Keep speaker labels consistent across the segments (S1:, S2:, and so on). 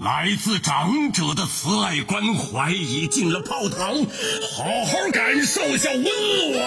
S1: 来自长者的慈爱关怀已进了泡汤，好好感受下温暖。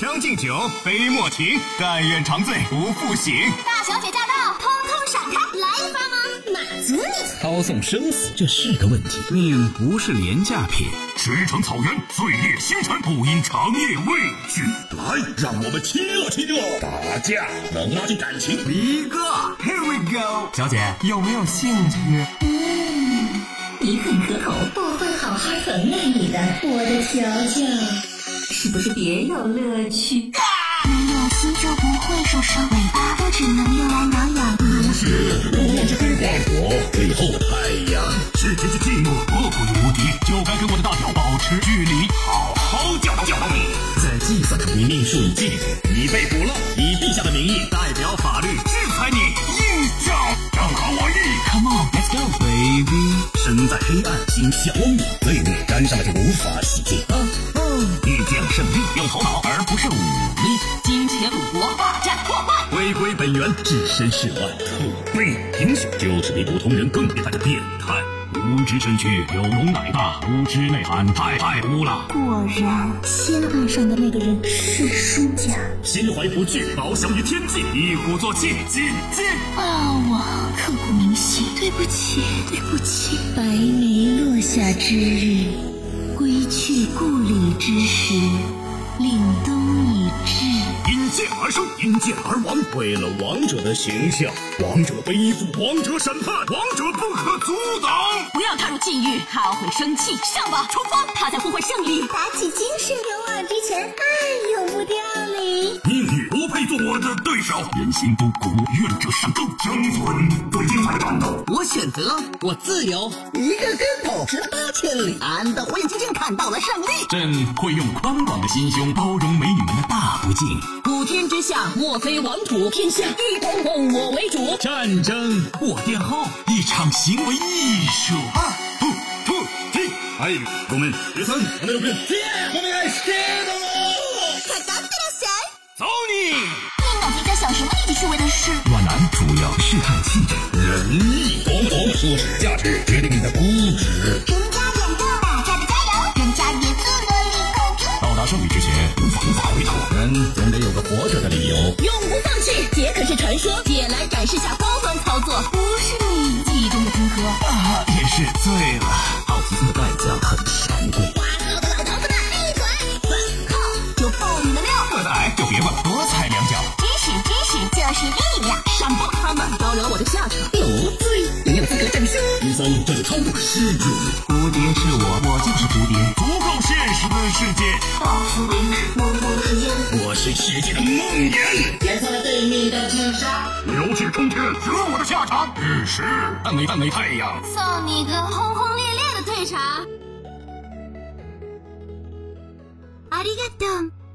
S2: 将进酒，杯莫停，但愿长醉无不醒。
S3: 大小姐驾到，通通闪开！来一发吗？满足你！
S4: 操纵生死，这是个问题。
S5: 命不是廉价品。
S6: 驰骋草原，罪孽星辰，不因长夜畏惧。
S1: 来，让我们亲热亲热。打架能拉近感情。
S7: 一个，Here we go。
S2: 小姐，有没有兴趣？
S8: 嗯，你很可口。
S9: 我会好好疼爱你的，
S10: 我的调教。
S8: 是不是别有乐趣？
S11: 没有心就不会受伤，尾巴都只能用来挠痒。
S1: 不是，我是黑寡妇背后的太阳。
S6: 世界是寂寞，我不用无敌，就该跟我的大脚保持距离，好好教教你。
S5: 在计算，
S1: 你命数已尽，你被捕了，以陛下的名义
S2: 代表法律
S6: 制裁你，一脚让好我意。
S5: Come on, let's go, baby。
S1: 身在黑暗，心向光明，罪孽沾上了就无法洗净。啊
S2: 欲将胜利，用头脑而不是武力。
S3: 金钱赌博、霸占、破坏，
S1: 回归本源，置身事外，特备英雄，就是比普通人更变态的变态。
S6: 无知身躯，有容乃大；无知内涵，太太污了。
S11: 果然，先爱上的那个人是输家。
S1: 心怀不惧，翱翔于天际，一鼓作气，进进。
S11: 啊、哦，我刻骨铭心，对不起，对不起。
S8: 白梅落下之日。归去故里之时，凛冬已至。
S1: 因剑而生，因剑而亡。为了王者的形象，王者背负，王者审判，王者不可阻挡。
S3: 不要踏入禁欲，他会生气。上吧，冲锋！他在呼唤胜利。
S10: 打起精神勇往直前，爱永不凋零。
S1: 命运不配做我的对手，
S6: 人心不古，愿者上钩。
S1: 生存最精彩战斗。
S12: 我选择，我自由。
S13: 一个跟头直了八千里。俺的火眼金睛看到了胜利。
S2: 朕会用宽广的心胸包容美女们的大不敬。
S12: 普天之下莫非王土，天下一统统我为主。
S5: 战争我殿后，
S2: 一场行为艺术。
S1: 二 two two three，哎，我们别三，我们我们我们来谁的？
S10: 看到对了谁？
S1: 走你！
S11: 你脑子在想什么？你是为的是
S2: 暖男主要试探信任，
S1: 仁义懂不懂？初始价值决定你的估值。
S10: 人家演的打架的加油，人家也做了你共军。
S2: 到达胜利之前，无法无法回头。
S1: 人总得有个活着的理由。
S12: 永不放弃，姐可是传说，姐来展示下高端操作，
S11: 不是你记忆中的荆轲
S2: 啊，也是醉了。
S5: 好奇心的代价很珍贵。
S10: 哇，好的老头子们，闭嘴！
S3: 反抗就爆你的料，
S2: 个子矮就别问，多踩两脚。
S10: 知识知识就是力量，
S12: 闪吧他们，招惹我的下场。
S13: 我醉也有资格证书。
S1: 医生，这里超度是你。
S5: 蝴蝶是我，我就是蝴蝶。
S6: 足够现实的世界，
S10: 到此为止，默默的烟。
S1: 我是世界的梦魇，
S13: 掩藏了对你的智商。
S6: 牛气冲天，择我的下场。日食，赞美赞美太阳。
S3: 送你个轰轰烈烈的退场。ありがとう。